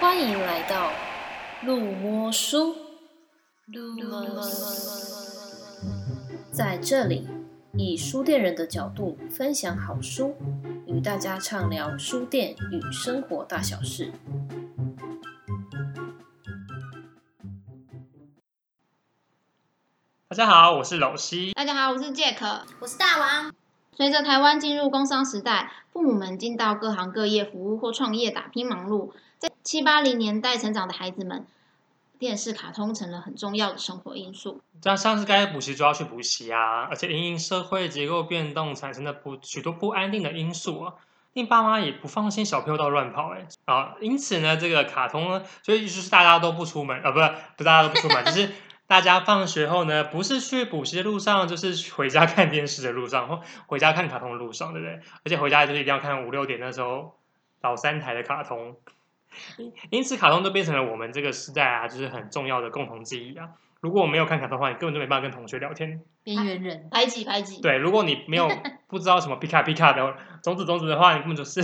欢迎来到录摸书。在这里，以书店人的角度分享好书，与大家畅聊书店与生活大小事。大家好，我是老西。大家好，我是 Jack。 我是大王，随着台湾进入工商时代，父母们进到各行各业服务或创业打拼忙碌，在七八零年代成长的孩子们，电视卡通成了很重要的生活因素。加上是该补习就要去补习啊，而且因应社会结构变动产生的不许多不安定的因素啊，令爸妈也不放心小朋友到乱跑哎、啊，因此呢，这个卡通呢，所以就是大家都不出门啊，不是不是大家都不出门，就是大家放学后呢，不是去补习的路上，就是回家看电视的路上，或回家看卡通的路上，对不对？而且回家就是一定要看五六点那时候老三台的卡通，因因此卡通就变成了我们这个时代啊，就是很重要的共同记忆啊。如果我没有看卡通的话，你根本就没办法跟同学聊天。边缘人，排挤排挤，对，如果你没有不知道什么皮卡皮卡的种子种子的话，你根本就是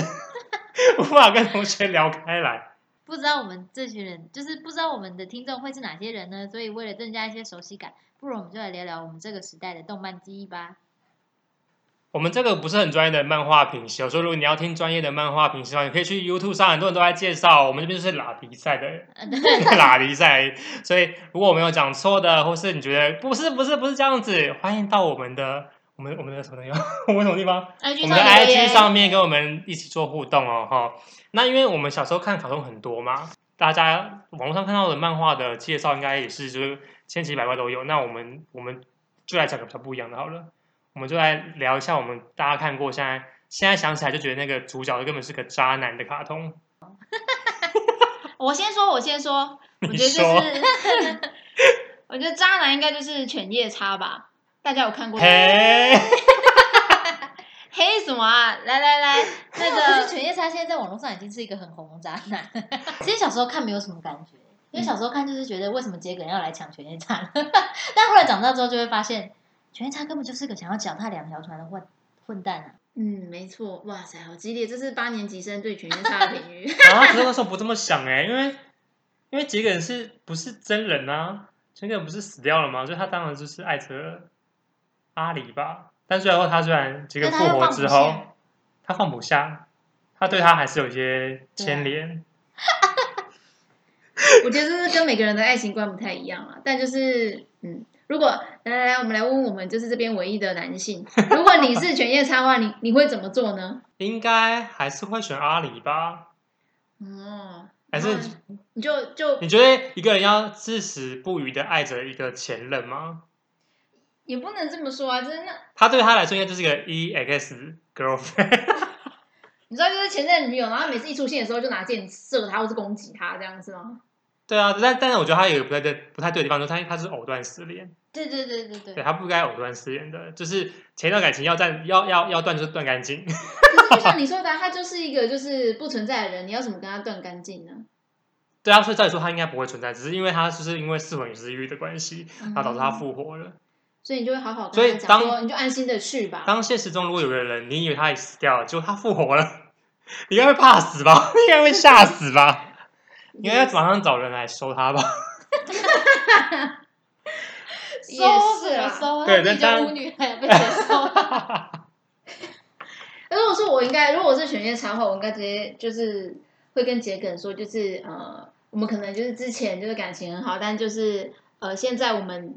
无法跟同学聊开来。不知道我们这群人，就是不知道我们的听众会是哪些人呢？所以为了增加一些熟悉感，不如我们就来聊聊我们这个时代的动漫记忆吧。我们这个不是很专业的漫画评析哦，所以如果你要听专业的漫画评析的话，你可以去 YouTube 上，很多人都在介绍。我们这边就是拉迪赛呃 嗯的 拉迪赛，所以如果我没有讲错的，或是你觉得不是不是不是这样子，欢迎到我们的我们我们的什么地方？ 我们什么地方？ ，IG 我上们的留 IG 言上面跟我们一起做互动哦，哈。那因为我们小时候看卡通很多嘛，大家网络上看到的漫画的介绍，应该也是就是千奇百怪都有。那我们我们就来讲个比较不一样的好了，我们就来聊一下我们大家看过现在现在想起来就觉得那个主角根本是个渣男的卡通。我先说，我 先说，我觉你得就是，说 我觉得渣男应该就是犬夜叉吧。大家有看过？嘿，黑什么啊？来 来来，那那个个可是犬夜叉现在在网络上已经是一个很红的渣男。 其实小时候看没有什么感觉，因嗯为小时候看就是觉得为什么桔梗要来抢犬夜叉呢？ 但后来长大之后就会发现，犬夜叉根本就是个想要脚踏两条船的混混蛋啊！嗯，没错，哇塞，好激烈！这是八年级生对犬夜叉的评语。啊，可是那时候不这么想哎、因为因为桔梗是不是真人啊？桔梗不是死掉了吗？所以他当然就是爱着阿里吧。但最后他虽然桔梗但复他又活放不之后下，他放不下，他对他还是有一些牵啊连。 我觉得这是跟每个人的爱情观不太一样啊，但就是嗯，如果来来来，我们来问问我们就是这边唯一的男 性，如果你是犬夜叉的话，你你会怎么做呢？应该还是会选阿里吧？哦，还是嗯你就就你觉得一个人要至死不渝的爱着一个前任吗？也不能这么说啊，就是那他对他来说应该就是个 EX girlfriend， 你知道就是前任女友，然后每次一出现的时候就拿箭射他或是攻击他这样子吗？对啊，但但是我觉得他有一个不太对不太对的地方，就是他他是藕断丝连。对对对对对对，他不该藕断丝连的，就是前一段感情要断，要要要断就断干净。 可是 就像你说的啊，他就是一个就是不存在的人，你要怎么跟他断干净呢？对啊，所以照理说他应该不会存在，只是因为他就是因为四魂与私欲的关系，然后导致嗯他复活了。所以你就会好好所以跟他讲当说，你就安心的去吧。当现实中如果有个人，你以为他也死掉了，结果他复活了，你应该会怕死吧？ 你应该会吓死吧？你应该马上找人来收他吧？也收是什么啊收啊？ 对自己但就当巫女还被谁收啊？ 如果说我应该，如果我是犬夜叉的话，我应该直接就是会跟桔梗说，就是呃，我们可能就是之前就是感情很好，但就是呃，现在我们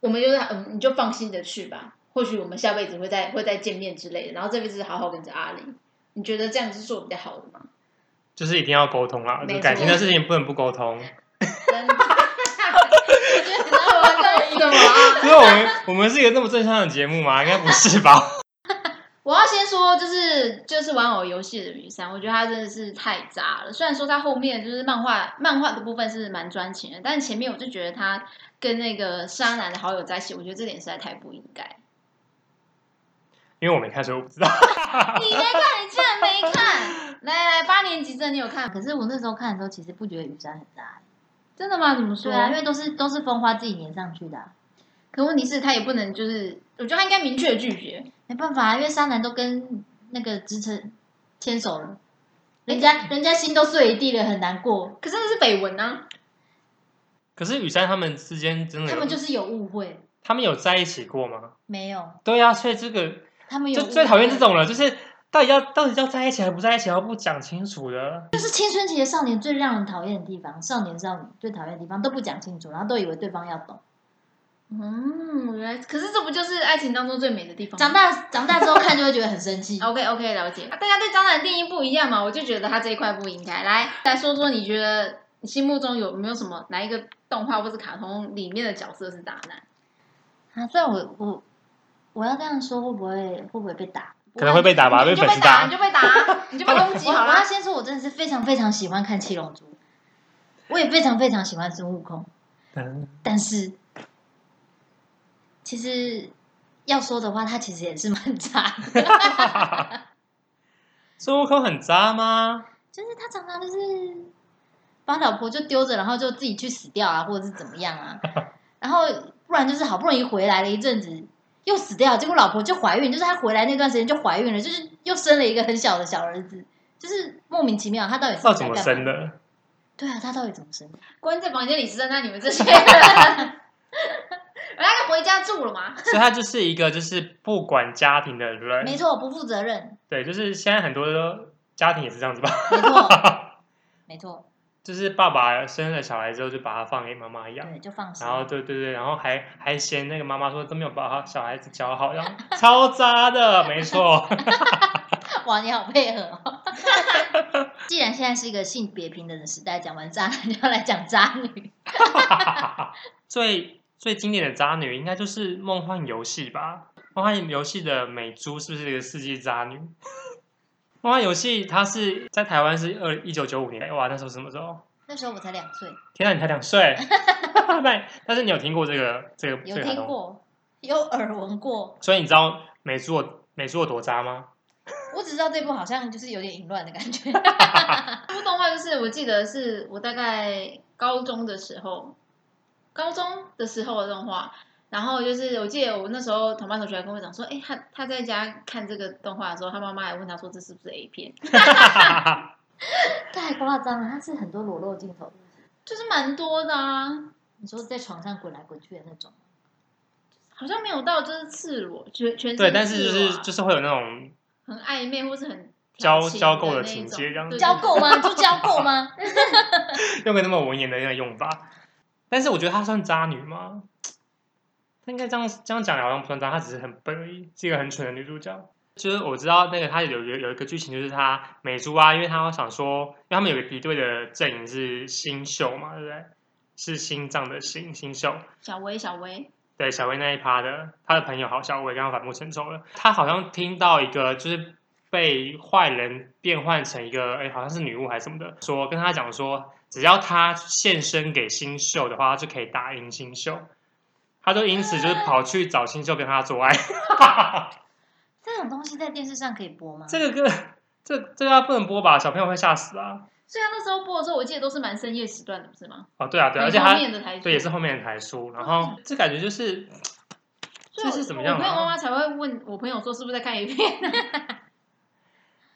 我们就是嗯，你就放心的去吧，或许我们下辈子会再会再见面之类的，然后这辈子好好跟着阿里，你觉得这样子是做比较好的吗？ 就是一定要沟通啦，就没错感情的事情不能不沟通。 真的，我觉得你知道我在什么啊？因为 我们我们是一个那么正向的节目吗？应该不是吧？ 我要先说，就是就是玩偶游戏的雨山，我觉得他真的是太渣了。虽然说他后面就是漫画漫画的部分是蛮专情的，但前面我就觉得他跟那个渣男的好友在一起，我觉得这点实在太不应该。因为我没看，所以我不知道。你没看，你竟然没看？来来，八年级生你有看？啊可是我那时候看的时候，其实不觉得雨山很渣。真的吗？怎么说？对 啊，因为都是都是风花自己粘上去的啊、可问题是，他也不能就是，我觉得他应该明确地拒绝。没办法啊，因为三男都跟那个支撑牵手了，人家人家心都碎一地了，很难过。可是那是绯闻啊，可是雨山他们之间真的有，他们就是有误会，他们有在一起过吗？没有，对啊，所以这个他们有就误最讨厌这会种了，就是到底要到底要在一起还不在一起，还不讲清楚的。就是青春期的少年最让人讨厌的地方，少年少女最讨厌的地方都不讲清楚，然后都以为对方要懂。嗯，原来可是这不就是爱情当中最美的地方吗？长大长大之后看就会觉得很生 气。 OK OK，了解。大家对渣男的定义不一样嘛，我就觉得他这一块不应该。来来说说，你觉得你心目中有没有什么哪一个动画或是卡通里面的角色是渣男？啊，虽然我我我要这样说，会不会会不会被打？可能会被打吧，你就被粉被丝打，你打。就被打， 你就被攻击我好我要了。先说，我真的是非常非常喜欢看《七龙珠》，我也非常非常喜欢孙悟空，嗯但是其实要说的话，他其实也是蛮 渣的， 孙悟空很渣吗？就是他常常就是把老婆就丢着，然后就自己去死掉啊，或者是怎么样啊，然后不然就是好不容易回来了一阵子。又死掉，结果老婆就怀孕，就是他回来那段时间就怀孕了，就是又生了一个很小的小儿子，就是莫名其妙，他到底是到底怎么来干嘛生的？对啊，他到底怎么生的？关在房间里是在那你们这些人， 人家就回家住了嘛。所以他就是一个就是不管家庭的人，没错，不负责 任，对，就是现在很多家庭也是这样子吧， 没错，没错，就是爸爸生了小孩之后就把他放给妈妈养，对，就放手然。后对对对，然后还还嫌那个妈妈说都没有把他小孩子教好，然后超渣的，没错，哇，你好配合哦！ 既然现在是一个性别平等的时代，讲完渣男就要来讲渣女。 最最经典的渣女应该就是梦幻游戏吧？梦幻游戏的美珠是不是一个世纪渣女？ 梦幻游戏它是在台湾是二一九九五年，哇，那时候什么时候？那时候我才两岁，天啊，你才两岁， 但但是你有听过这个这个有这个卡听通过，有耳闻过，所以你知道美珠有美珠有多渣 吗？我只知道这部好像就是有点淫乱的感觉。这部动画就是我记得是我大概高中的时候，高中的时候的动画。然后就是我记得我那时候同班同学还跟我讲说，哎，他他在家看这个动画的时候，他妈妈还问他说这是不是 A 片， 太夸张了，它是很多裸露镜头，就是蛮多的啊，你说在床上滚来滚去的那种。好像没有到就是赤裸，全全身对，但是赤就裸啊是就是会有那种很暧昧或是很交调情交媾的的那情一种节这样对交够吗？就交够吗？ 用个那么文言的那个用法，但是我觉得她算渣女吗？她应该这样这样讲好像不算渣，她只是很笨而已，是一个很蠢的女主角。就是我知道那个她有有有一个剧情，就是她美珠啊，因为她想说，因为他们有个敌对的阵营是新秀嘛，对不对？是心脏的心新秀，小薇小薇，对小薇那一趴的，他的朋友好小薇刚刚反目成仇了，他好像听到一个就是被坏人变换成一个，哎，好像是女巫还是什么的，说跟他讲说，只要他献身给新秀的话，他就可以打赢新秀。他就因此就是跑去找新秀跟他做爱， 这种东西在电视上可以播吗？这个歌这这个要不能播吧，小朋友会吓死啊！虽然那时候播的时候，我记得都是蛮深夜时段的，不是吗？哦，对啊，对啊，而且很后他面的嗯台对也是后面的台书，然后这感觉就是所以这我是怎么样啊我朋友妈妈才会问我朋友说是不是在看 A 片，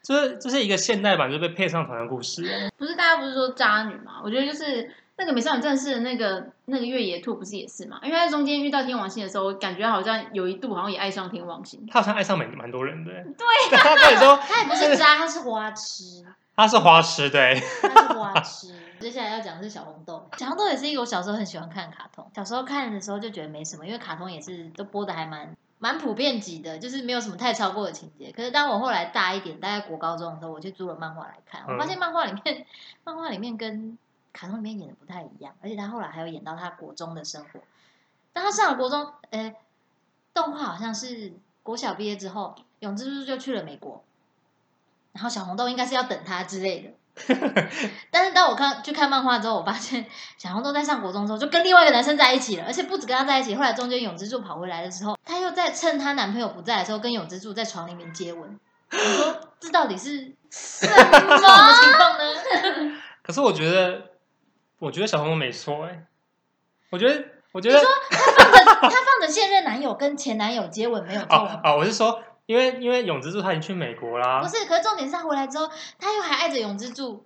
就是就是一个现代版就被配上同样的故事，不是大家不是说渣女嘛？我觉得就是那个美少女战士的那个那个越野兔不是也是嘛？因为她在中间遇到天王星的时候，我感觉好像有一度好像也爱上天王星。他好像爱上蛮蛮多人的。啊 对，他跟你说他也不是渣，他是花痴，他是花痴，对，他是花痴。接下来要讲的是小红豆，小红豆也是一个我小时候很喜欢看的卡通。小时候看的时候就觉得没什么，因为卡通也是都播的还蛮蛮普遍级的，就是没有什么太超过的情节。可是当我后来大一点，大概国高中的时候，我去租了漫画来看，我发现漫画里面，漫画里面跟卡通里面演的不太一样，而且他后来还有演到他国中的生活。当他上了国中，呃，动画好像是国小毕业之后，永之助就去了美国，然后小红豆应该是要等他之类的。但是当我看去看漫画之后，我发现 小红豆在上国中之后就跟另外一个男生在一起了，而且不止跟他在一起，后来中间永之助跑回来的时候，她又在趁她男朋友不在的时候跟永之助在床里面接吻。我说这到底 是什么什么情况呢？可是我觉得，我觉得小红没错哎，我觉得，我觉得你说她放着她放着现任男友跟前男友接吻没有错哦吗？哦，我是说因为因为永之助他已经去美国啦不。是，可是重点是他回来之后，他又还爱着永之助，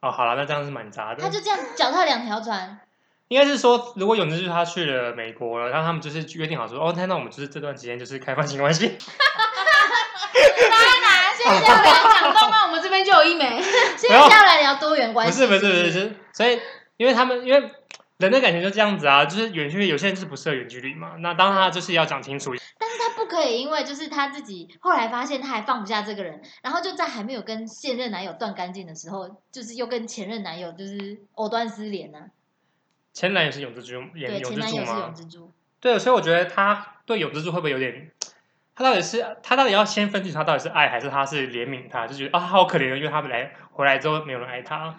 哦，好了，那这样是蛮渣的他。就这样脚踏两条船。应该是说，如果永之助他去了美国了，然后他们就是约定好说，哦，那那我们就是这段期间就是开放性关系。渣男，现在要来讲动哦漫，我们这边就有一枚。 现在是要来聊多元关不系，是不是不不是，就是所以因为他们因为人的感情就这样子啊，就是远距离有些人就是不适合远距离嘛。那当他就是要讲清楚，但是他不可以，因为就是他自己后来发现他还放不下这个人，然后就在还没有跟现任男友断干净的时候，就是又跟前任男友就是藕断丝连呢、前男友是永之助，演对，永前之男助友是吗永？之助，对，所以我觉得他对永之助会不会有点，他到底是他到底要先分清楚他到底是爱还是他是怜悯他，就觉得啊他好可怜，因为他们来回来之后没有人爱他，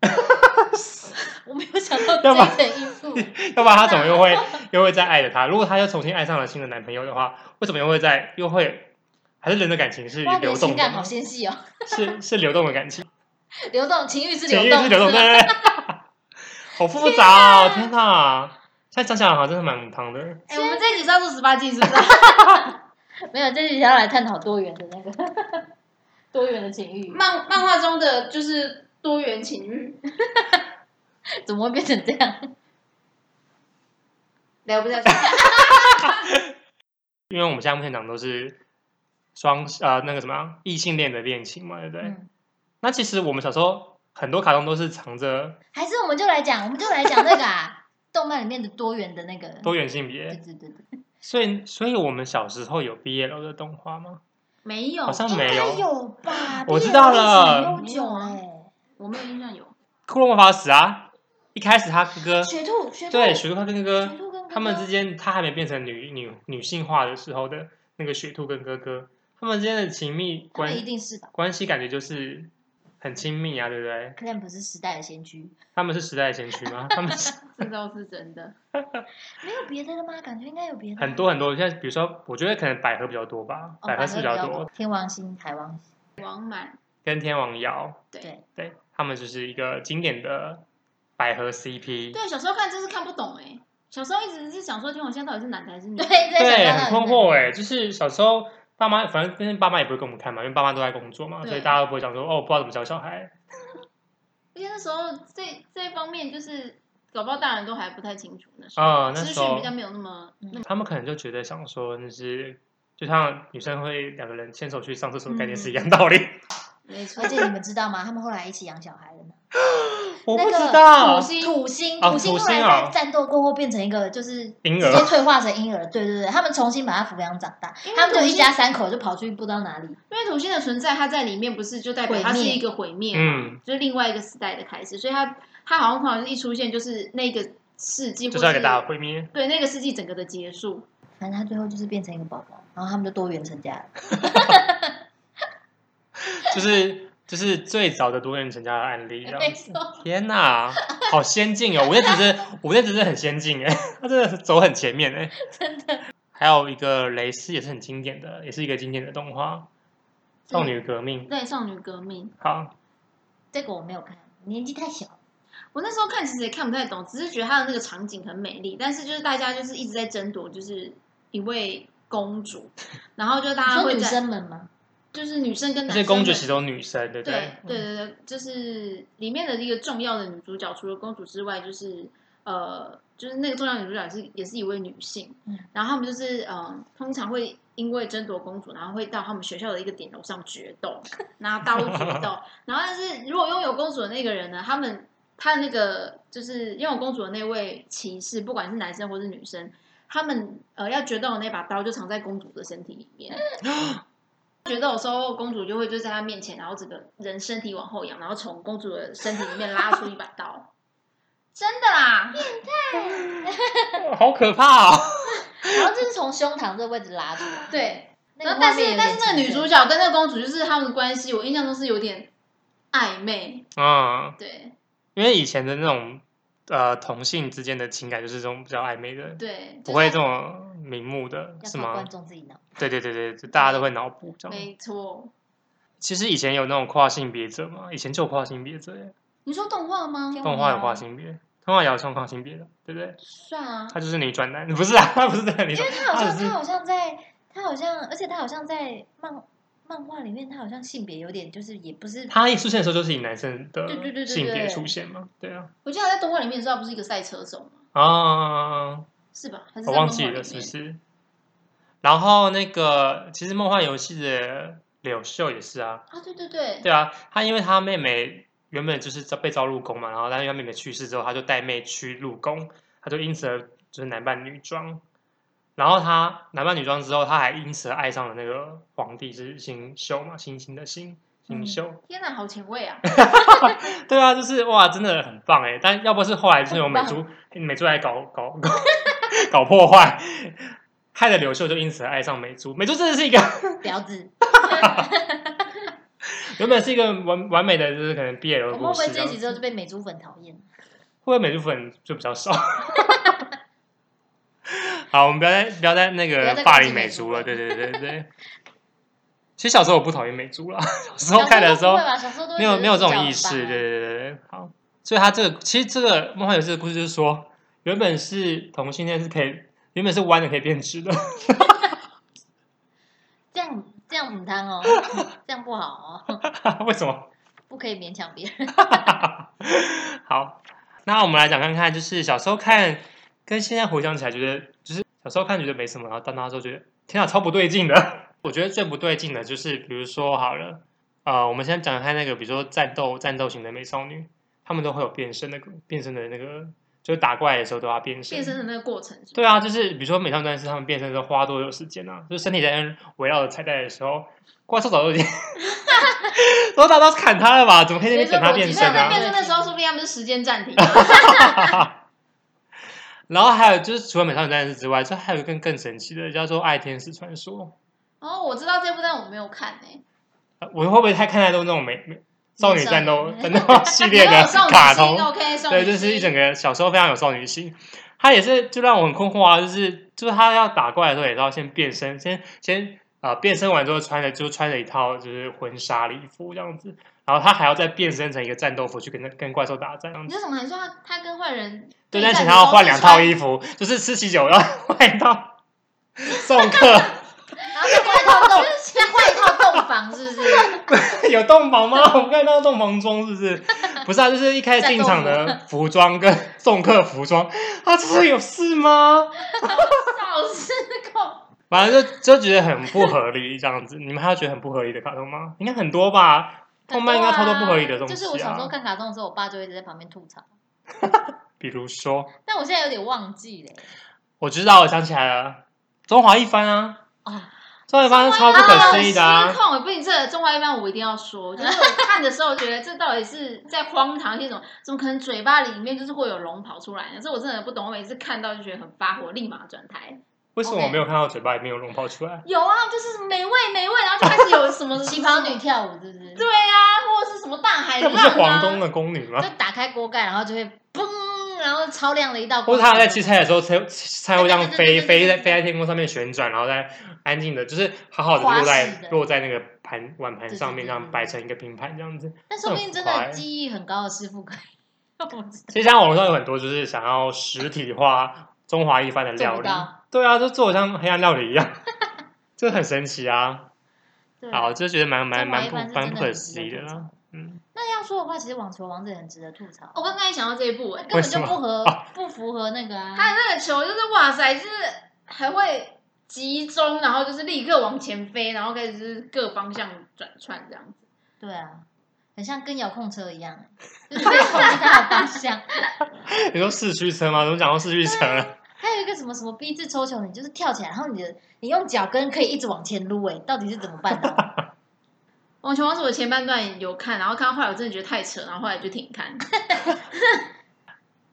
我没有想到要么这一层因素。要不然他怎么又会又会再爱着他？如果他又重新爱上了新的男朋友的话，为什么又会再又会？还是人的感情是哇，你流的情动的感好吗，纤细哦，是是流动的感情。流动情欲是情流欲动，是流动，是吗对， 好复杂哦，天哪！现在想想好像真的蛮母汤的， 哎、我们这一集是要做十八禁，是不是？没有，这集想要来探讨多元的那个多元的情欲，漫漫画中的就是多元情欲， 怎么会变成这样？聊不下去。因为我们现在目前讲都是双呃那个什么啊异性恋的恋情嘛，对不对？嗯那其实我们小时候很多卡通都是藏着还是我们就来讲，我们就来讲那个 啊，动漫里面的多元的那个，多元性对别，对对对，所以所以我们小时候有 BL 的动画吗？没有，好像哦应没该有。有吧？我知道了很悠久嘞。我没有印象有。骷髅魔法使啊，一开始他哥哥雪兔，雪兔，对雪兔他跟哥雪哥兔跟哥哥他们之间，他还没变成女女女性化的时候的那个雪兔跟哥哥，他们之间的亲密他关们一定是吧关系感觉就是很亲密啊，对不对？ ？Clamp 是时代的先驱，他们是时代的先驱吗？他们是这倒是真的。没有别的了吗？感觉应该有别的。很多很多，像比如说，我觉得可能百合比较多吧，哦，合百是合比较较多，天王星、海王星，王满，跟天王瑶，对对，对他们就是一个经典的百合 CP，对，小时候看真是看不懂哎、小时候一直是想说天王星到底是男的还是女的对，，对，想很到困你们惑 哎、就是小时候。爸妈反正跟爸妈也不会跟我们看嘛，因为爸妈都在工作嘛，对所以大家都不会讲说哦，我不知道怎么教小孩。而且那时候这这一方面就是搞不好大人都还不太清楚呢，啊、那资时讯候比较没有那么他们可能就觉得想说，就是就像女生会两个人牵手去上厕所的概念是一样道理。没错而。且你们知道吗？他们后来一起养小孩了呢。我那不个知道土，星，土星，啊土星土后星来啊在战斗过后变成一个就是婴直儿接退化成婴儿。对对对，他们重新把他抚养长大因为，他们就土一星家三口就跑去不知道哪里。因为土星的存在，它在里面不是就代表它毁是灭一个毁灭嘛，嗯，就是另外一个时代的开始，所以它它好像通常是一出现就是那个世纪，就或是要给是大家毁灭。对那个世纪整个的结束。反正他最后就是变成一个宝宝，然后他们就多元成家了。就是就是最早的多元成家的案例，这样没子错。天哪，好先进哦！我那只是我那只是很先进哎， 他真的走很前面哎，真的。还有一个蕾丝也是很经典的，也是一个经典的动画《少女革命》。对，少女革命，好，这个我没有看，年纪太小。我那时候看其实也看不太懂，只是觉得它的那个场景很美丽，但是就是大家就是一直在争夺，就是一位公主，然后就大你家说啊会女在生们吗？就是女生跟这男些生公主们其实都是女生，对不对对对，对对，就是里面的一个重要的女主角，除了公主之外，就是呃，就是那个重要女主角也是也是一位女性。嗯然后他们就是嗯、呃通常会因为争夺公主，然后会到他们学校的一个顶楼上决 斗，然后大陆决斗。然后但是如果拥有公主的那个人呢，他们他的那个就是拥有公主的那位骑士，不管是男生或是女生，他们呃要决斗的那把刀就藏在公主的身体里面。决斗的时候，公主就会就在她面前，然后整个人身体往后仰，然后从公主的身体里面拉出一把刀。 真的啦，好可怕哦！ 然后就是从胸膛这个位置拉出来。对。那然个后但画面是有点但是那奇个女特主角跟那个公主就是他们的关系，我印象中是有点暧昧。啊、对因为以前的那种呃同性之间的情感就是这种比较暧昧的，对，不会这么明目的，要是靠吗观？众自己脑。对对对对，就大家都会脑补这样。没错。其实以前有那种跨性别者嘛，以前就有跨性别者欸耶，你说动画吗？天动画有哪跨性别，动画也有算跨性别的，对不对？算啊， 他就是女转男，不是啊，他不是这个女转，因为他好他像只他是好像在他好像，而且他好像在漫漫画里面，他好像性别有点就是也不是，他一出现的时候就是以男生对对对对的性别对出现嘛，对啊，我记得他在动画里面的时候，他不是一个赛车手吗？啊，是吧？还是我在忘动画记里了面是不是？然后那个其实梦幻游戏的柳秀也是啊，啊，对对对，对啊，他因为他妹妹原本就是被招入宫嘛，然后但是他妹妹去世之后，他就带妹去入宫，他就因此而就是男扮女装。然后他男扮女装之后，他还因此而爱上了那个皇帝，就是新秀嘛，星星的星嗯新秀。天哪，好前卫啊！对啊，就是哇，真的很棒哎！但要不是后来就是有很美棒珠，美珠来搞搞 搞搞破坏，害得刘秀就因此而爱上美珠。美珠真的是一个 婊子。原本是一个完完美的，就是可能我 BL 的们会故不事会这这样一子集。之后就被美珠粉讨厌？会不会美术粉就比较少？ 好，我们不要再不要再那不要个再霸攻击凌美美猪猪了。了对对对对对。其实小时候我不讨厌美猪 啦，小时候小看的时时候候都不会吧，小时候都会没有觉得没有主这种角意很识。棒啊对对对对，好。所以他这个其实这个梦幻游戏的故事就是说，原本是同性恋是可以，原本是弯的可以变直的， 这样这样母汤 哦，这样不好哦，为什么？不可以勉强别人。 好，那我们来讲看看，就是小时候看跟现在回想起来，觉得就是小时候看觉得没什么，然后长大之后觉得天啊，超不对劲的。 我觉得最不对劲的就是，比如说好了，呃，我们先讲看那个，比如说战斗战斗型的美少女，她们都会有变身的变身的那个，就是打怪的时候都要变身。变身的那个过程是吧对啊，就是比如说美少女战士她们变身的时候花多久时间啊？就是身体在那边围绕着彩带的时候，怪兽早就已经 都打到砍她了吧？怎么可以在那边等她变没身有在啊？变身的时候，说不定他们是时间暂停。 然后还有就是，除了美少女战士之外，就还有一个更更神奇的，叫做《爱天使传说》哦，我知道这部，但我没有看欸诶。呃。我会不会太看太多那种美美少女战斗美少战女 斗系列没的有少女卡心通？ ，OK，少女对，心就是一整个小时候非常有少女心。他也是就让我很困惑啊，就是就是他要打怪的时候也是要先变身，先先呃变身完之后穿着就穿着一套就是婚纱礼服这样子，然后他还要再变身成一个战斗服去跟那跟怪兽打战这样你子。说什么？你说他他跟坏人对，战但的时请候他要换两套是衣服，就是吃喜酒要 换一套送客。啊然后再换一套 洞，穿，先换一套洞房是不 是？有洞房吗？我们看到洞房装是不是？不是啊，就是一开始进场的服装跟送客服装，啊，这是有事吗？少失控。反正就就觉得很不合理这样子。你们还有觉得很不合理的卡通吗？应该很多吧，动漫应该超多不合理的东西、啊就啊。是我小时候看卡通的时候，我爸就一直在旁边吐槽，比如说，但我现在有点忘记嘞。我知道，我想起来了，中华一番啊，啊，中华一番是 超不可思议的哦失啊。控！不仅这个中华一般，我一定要说，就是我看的时候觉得这到底是在荒唐一种，怎么可能嘴巴里面就是会有龙跑出来呢？这我真的不懂，我每次看到就觉得很发火，立马转台。为什么我没有看到嘴巴里面有龙跑出来？有啊，就是美味美味，然后就开始有什么旗袍女跳舞是不是？对啊，或者是什么大海哎这浪不啊，是皇宫的宫女吗就？打开锅盖，然后就会嘣，然后超亮的一道 或光。者他在切菜的时候，菜菜会这样对对对对对飞飞在对飞在天空上面旋转，然后再安静的，就是好好的落花式在的落在那个盘碗盘上对对对面，对这样摆成一个拼盘这样子。但说不定真很快的技艺很高的师傅可以。 我不知其实像网络上有很多就是想要实体化中华一番的做料不理，到。对啊，就做的像黑暗料 理一样，这很神奇啊！对啊好，就觉得蛮蛮中华一蛮不番是蛮真不的可很思议值的得吐槽啦。嗯，那要说的话，其实网球王子也很值得吐槽，我刚刚也想到这一部、哎，根哦本为什就么不合啊不符合那个啊。他的那个球就是哇塞，就是还会集中，然后就是立刻往前飞，然后开始就是各方向转窜这样子。对啊，很像跟遥控车一 样，欸就是可以控制它的方向。你说市区车吗？怎么讲到市区车了？还有一个什么什么 B 字抽球，你就是跳起来，然后你的你用脚跟可以一直往前撸，哎，到底是怎么办的啊？ 网球王子我前半段有看，然后看到后来我真的觉得太扯，然后后来就停 看。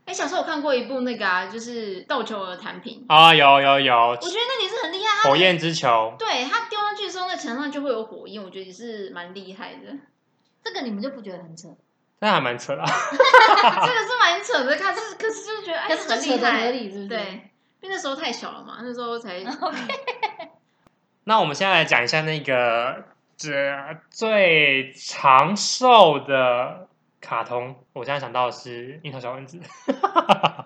哎、小时候我看过一部那个啊，就是斗球儿弹屏，啊，有有有，我觉得那也是很厉害。他火焰之球，对他丢上去的时候，那墙上就会有火焰，我觉得也是蛮厉害的。 这个你们就不觉得很扯？那还蛮扯的啊。这个是蛮扯的，看，是可是就是觉得哎，可是很就厉扯得合害。理，是不是？对，因为那时候太小了嘛，那时 候才那我们现在来讲一下那个这最长寿的卡通。我现在想到的是《樱桃小丸子》，《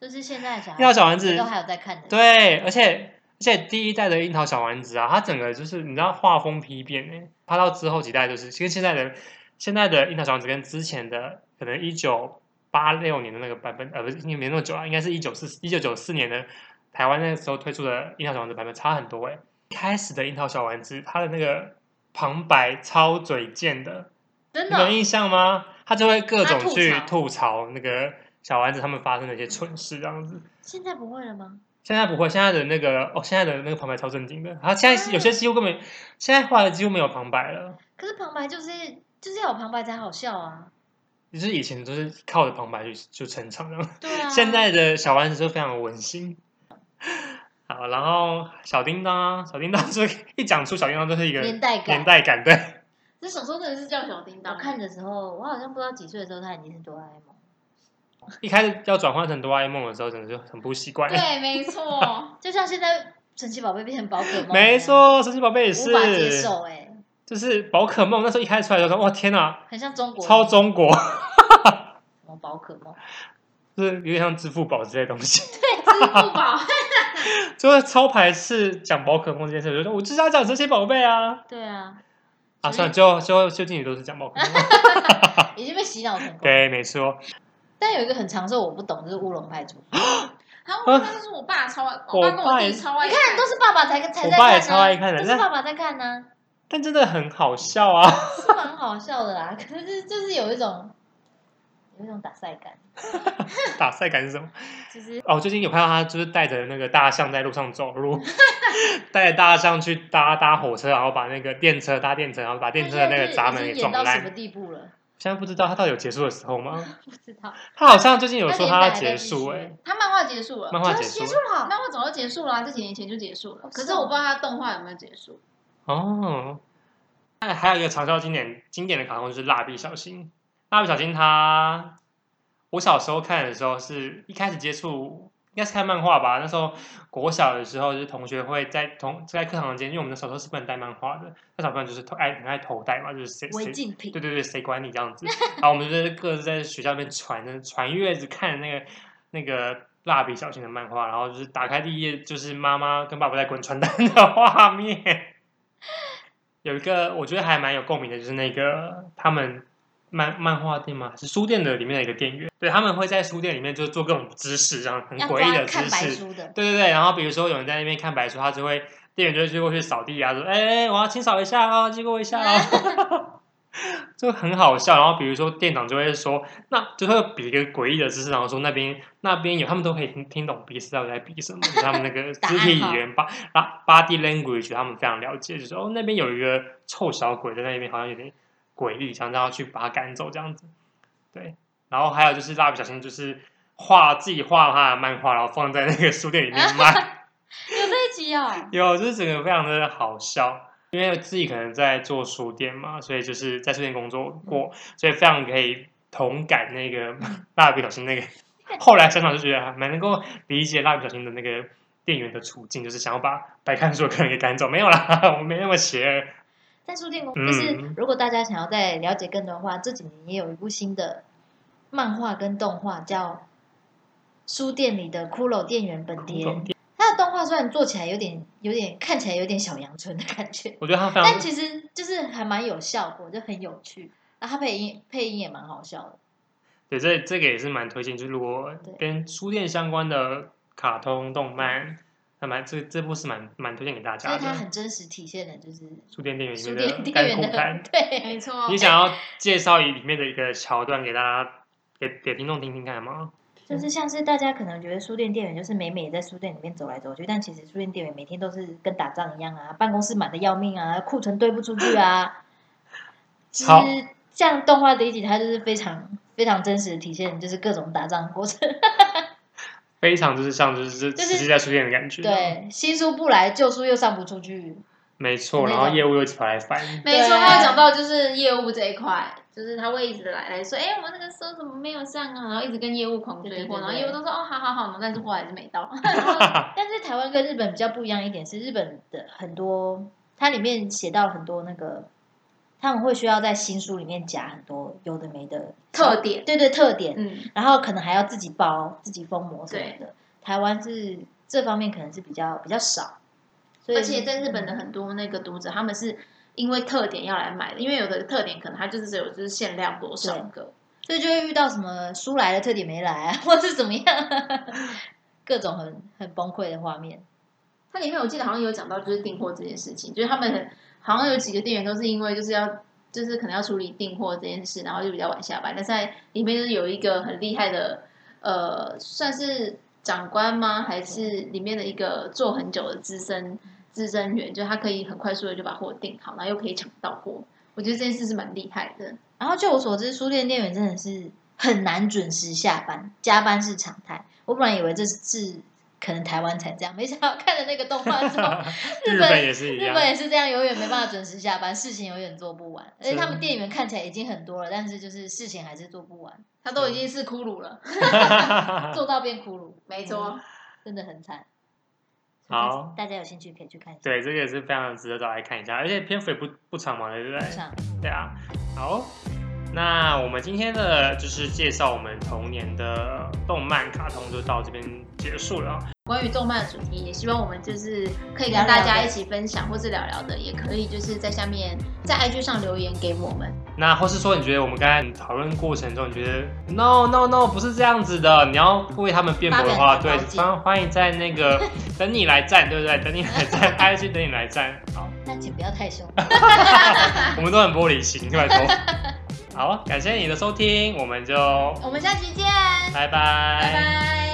就是现在的小樱桃孩小丸子子都》还有在看的。对，而且而且第一代的樱桃小丸子啊，它整个就是你知道画风批变哎、它到之后几代就是跟现在的现在的樱桃小丸子跟之前的可能一九八六年的那个版本，呃，不是应该没那么久啊，应该是一九四一九九四年的台湾那时候推出的樱桃小丸子版本差很多哎、一开始的樱桃小丸子，它的那个旁白超嘴贱的，真你有的印象吗？他就会各他种吐去槽吐槽那个小丸子他们发生的一些蠢事，这样子。现在不会了吗？现在不会，现在的那个哦，现在的那个旁白超正经的。啊他现在有些几乎根本，现在画的几乎没有旁白了，可是旁白就是就是要有旁白才好笑啊，就是以前都是靠着旁白就就成长这样。对啊。现在的小丸子就非常温馨。好，然后小叮当啊，小叮当就是一讲出小叮当就是一个年代感年，代感，对，这小时候真的是叫小叮当，我看的时候，我好像不知道几岁的时候他已经是哆啦 A 梦。一开始要转换成哆啦 A 梦的时候，真的就很不习惯。对，没错，就像现在神奇宝贝变成宝可梦，没，错，神奇宝贝也是无法接受哎、就是宝可梦那时候一开始出来的时候，哇天哪，很像中国超中国， 什么宝可梦，就是有点像支付宝之类的东西，支付宝，就是超排斥讲宝可梦这件事。我就说我就是要讲神奇宝贝啊，对啊，啊所算以了，最后最后最近也都是讲宝可 梦。已经被洗脑成功。对，没错，但有一个很长寿我不懂，就是乌龙派出所，然后我爸就是我爸超爱，我爸跟我弟超爱，你看都是爸爸才才我在看、爸啊，也超爱看的都那是爸爸在看呢、但真的很好 笑啊！是蛮好笑的啦。 可是就是就是有一种有一种打赛感，打赛感是什么？就是哦，最近有看到他就是带着那个大象在路上走路， 带着大象去搭搭火车，然后把那个电车搭电车，然后把电车的那个闸门已给经演撞到什么烂。地步了？现在不知道他到底有结束的时候吗？不知道。他好像最近有说他他连要载还结在继续束哎、欸他漫画结束了，漫画结束了了漫画早就结束了啊、这几年前就结束了。可是是哦我不知道他动画有没有结束。哦。那还有一个长效经典经典的卡通就是《蜡笔小新》。蜡笔小新它，我小时候看的时候是一开始接触，应该是看漫画吧。那时候国小的时候，就是同学会在同在课堂间，因为我们那时候是不能带漫画的，那小朋友就是偷爱很爱偷带嘛，就是谁违谁禁品对，对对，谁管你 这样子？然后我们就是各自在学校里面传的传阅着看那个那个蜡笔小新的漫画，然后就是打开第一页就是妈妈跟爸爸在滚传单的画面。有一个我觉得还蛮有共鸣的，就是那个他们漫漫画店吗？还是书店的里面的一个店员，对，他们会在书店里面就做各种姿势，这样很要诡异抓的姿看白势，书的，对对对，然后比如说有人在那边看白书，他就会店员就会去过去扫地啊，说：“哎、我要清扫一下哦，借过我一下哦。”就很好笑。然后比如说店长就会说，那就会比一个诡异的姿势，然后说那边那边有，他们都可以听听懂彼此到底在比什么，就是他们那个答肢体案语哈言吧啊 body language，他们非常了解，就是哦那边有一个臭小鬼在那边，好像有点诡异，想让他去把他赶走这样子。对，然后还有就是蜡笔小新就是。画自己画他的漫画，然后放在那个书店里面卖，有这一集哦。有，就是整个非常的好笑，因为自己可能在做书店嘛，所以就是在书店工作过，嗯所以非常可以同感那个 蜡笔小新那个。 后来想想就觉得还蛮能够理解蜡笔小新的那个店员的处境，就是想要把白看书的客人给赶走。没有啦， 我没那么邪恶。在书店工，嗯就是如果大家想要再了解更多的话，这几年也有一部新的漫画跟动画叫《书店里的骷髅店员本骷髅店》。它的动画虽然做起来有点、有点看起来有点小阳春的感 觉，我觉得他非常但其实就是还蛮有效果，就很有趣。然后它配音配音也蛮好笑的，对，这这个也是蛮推荐，就是如果对跟书店相关的卡通动漫，那蛮这这部是蛮蛮推荐给大所家以它的。很真实体现了就是书店店员里书面店的店甘苦员的。谈哦对没 错你，想要介绍里面的一个桥段给大家，给给听众听听看吗？就是像是大家可能觉得书店店员就是每每在书店里面走来走去，但其实书店店员每天都是跟打仗一样啊，办公室满的要命啊，库存堆不出去啊。其好实像动画第一集，它就是非常非常真实的体现，就是各种打仗的过程。非常就是像就是就就是实际在书店的感觉，，对，新书不来，旧书又上不出去，没错。那然种后业务又跑来翻，没错，对他有讲到就是业务这一块，就是他会一直来来说，哎、我们那个车怎么没有上啊？然后一直跟业务狂对对追对货，然后对业务都说哦，好好好，但是货还是没 到。但是台湾跟日本比较不一样一点是，日本的很多，它里面写到很多那个，他们会需要在新书里面夹很多有的没的特点对对特点，嗯，然后可能还要自己包、自己封膜什么的。台湾是这方面可能是比较比较少，所以嗯而且在日本的很多那个读者，他们是因为特点要来买的，因为有的特点可能它就是只有就是限量多少个，所以就会遇到什么书来了特点没来啊， 或是怎么样，各种很很崩溃的画面。它里面我记得好像有讲到就是订货这件事情，就是他们很好像有几个店员都是因为就是要就是可能要处理订货这件事，然后就比较晚下班。但是在里面就是有一个很厉害的呃，算是长官吗？还是里面的一个做很久的资深资深员，就是他可以很快速的就把货订好，然后又可以抢到货。我觉得这件事是蛮厉害的。然后就我所知，书店店员真的是很难准时下班，加班是常态。我本来以为这是可能台湾才这样，没想到看了那个动画之 后，日本也是一日样，本也是这样，永远没办法准时下班，事情永远做不完。而且真他们的店员看起来已经很多了，但是就是事情还是做不完，他都已经是骷髅了，做到变骷髅，没错。真的很惨。好大家有兴趣可以去看一下。 对，这个也是非常值得大家看一下，而且篇幅也不不长嘛，对不对？上对啊，好，那我们今天的就是介绍我们童年的动漫卡通就到这边结束了。关于动漫的主题，也希望我们就是可以跟聊聊大家的一起分享，或是聊聊的，也可以就是在下面在 IG 上留言给我们。那或是说，你觉得我们刚才讨论过程中，你觉得 no no no 不是这样子的，你要为他们辩驳的话，发表对你的高，见欢欢迎在那个等你来站，对不对？等你来站，IG 等你来站。好，那请不要太凶，我们都很玻璃心，拜托。好，感谢你的收听，我们就我们下期见，拜拜拜拜。